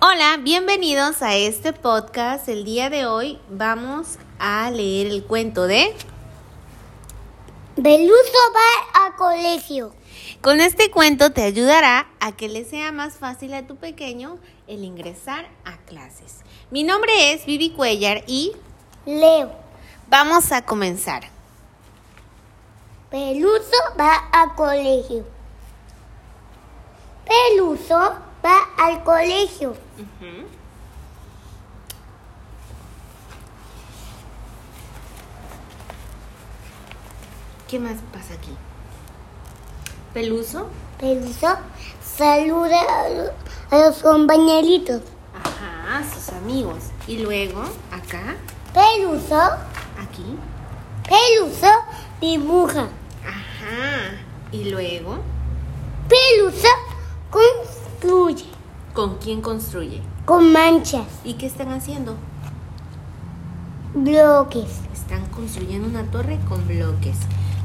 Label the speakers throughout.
Speaker 1: Hola, bienvenidos a este podcast. El día de hoy vamos a leer el cuento de...
Speaker 2: Beluso va a colegio.
Speaker 1: Con este cuento te ayudará a que le sea más fácil a tu pequeño el ingresar a clases. Mi nombre es Vivi Cuellar y
Speaker 2: Leo.
Speaker 1: vamos a comenzar.
Speaker 2: Peluso va a colegio. Peluso va al colegio.
Speaker 1: ¿Qué más pasa aquí? Peluso.
Speaker 2: Peluso saluda a lo- a los compañeritos.
Speaker 1: Ajá, sus amigos. Y luego, acá,
Speaker 2: Peluso,
Speaker 1: aquí.
Speaker 2: Peluso dibuja.
Speaker 1: Ajá. Y luego,
Speaker 2: Peluso construye
Speaker 1: ¿con quién construye?
Speaker 2: con manchas,
Speaker 1: ¿Y qué están haciendo?
Speaker 2: bloques.
Speaker 1: Están construyendo una torre con bloques.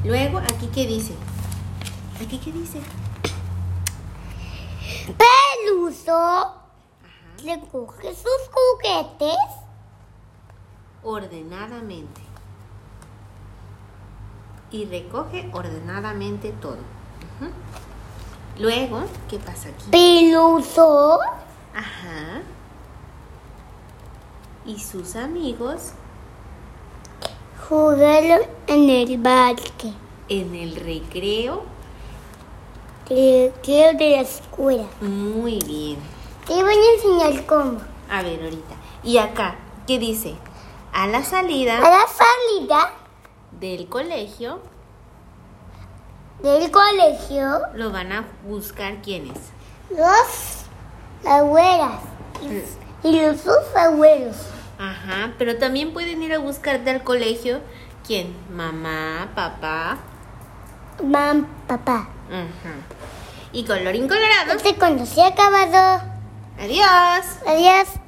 Speaker 1: Luego, aquí qué dice? Aquí qué dice?
Speaker 2: Peluso recoge sus juguetes
Speaker 1: Ordenadamente. Y recoge ordenadamente todo. Ujú. Luego, ¿qué pasa aquí?
Speaker 2: Peluso
Speaker 1: Ajá. Y sus amigos
Speaker 2: jugaron en el parque,
Speaker 1: en el recreo.
Speaker 2: recreo de la escuela.
Speaker 1: Muy bien.
Speaker 2: Te voy a enseñar cómo.
Speaker 1: A ver, ahorita. Y acá, ¿qué dice? A la
Speaker 2: A
Speaker 1: salida
Speaker 2: la salida
Speaker 1: del colegio
Speaker 2: del colegio,
Speaker 1: lo van a buscar quiénes.
Speaker 2: los abuelas y los sus abuelos,
Speaker 1: Ajá, pero también pueden ir a buscarte al colegio. ¿Quién? Mamá, papá.
Speaker 2: mam, papá.
Speaker 1: Ajá. Y colorín colorado.
Speaker 2: Este cuando se ha acabado.
Speaker 1: Adiós.
Speaker 2: Adiós.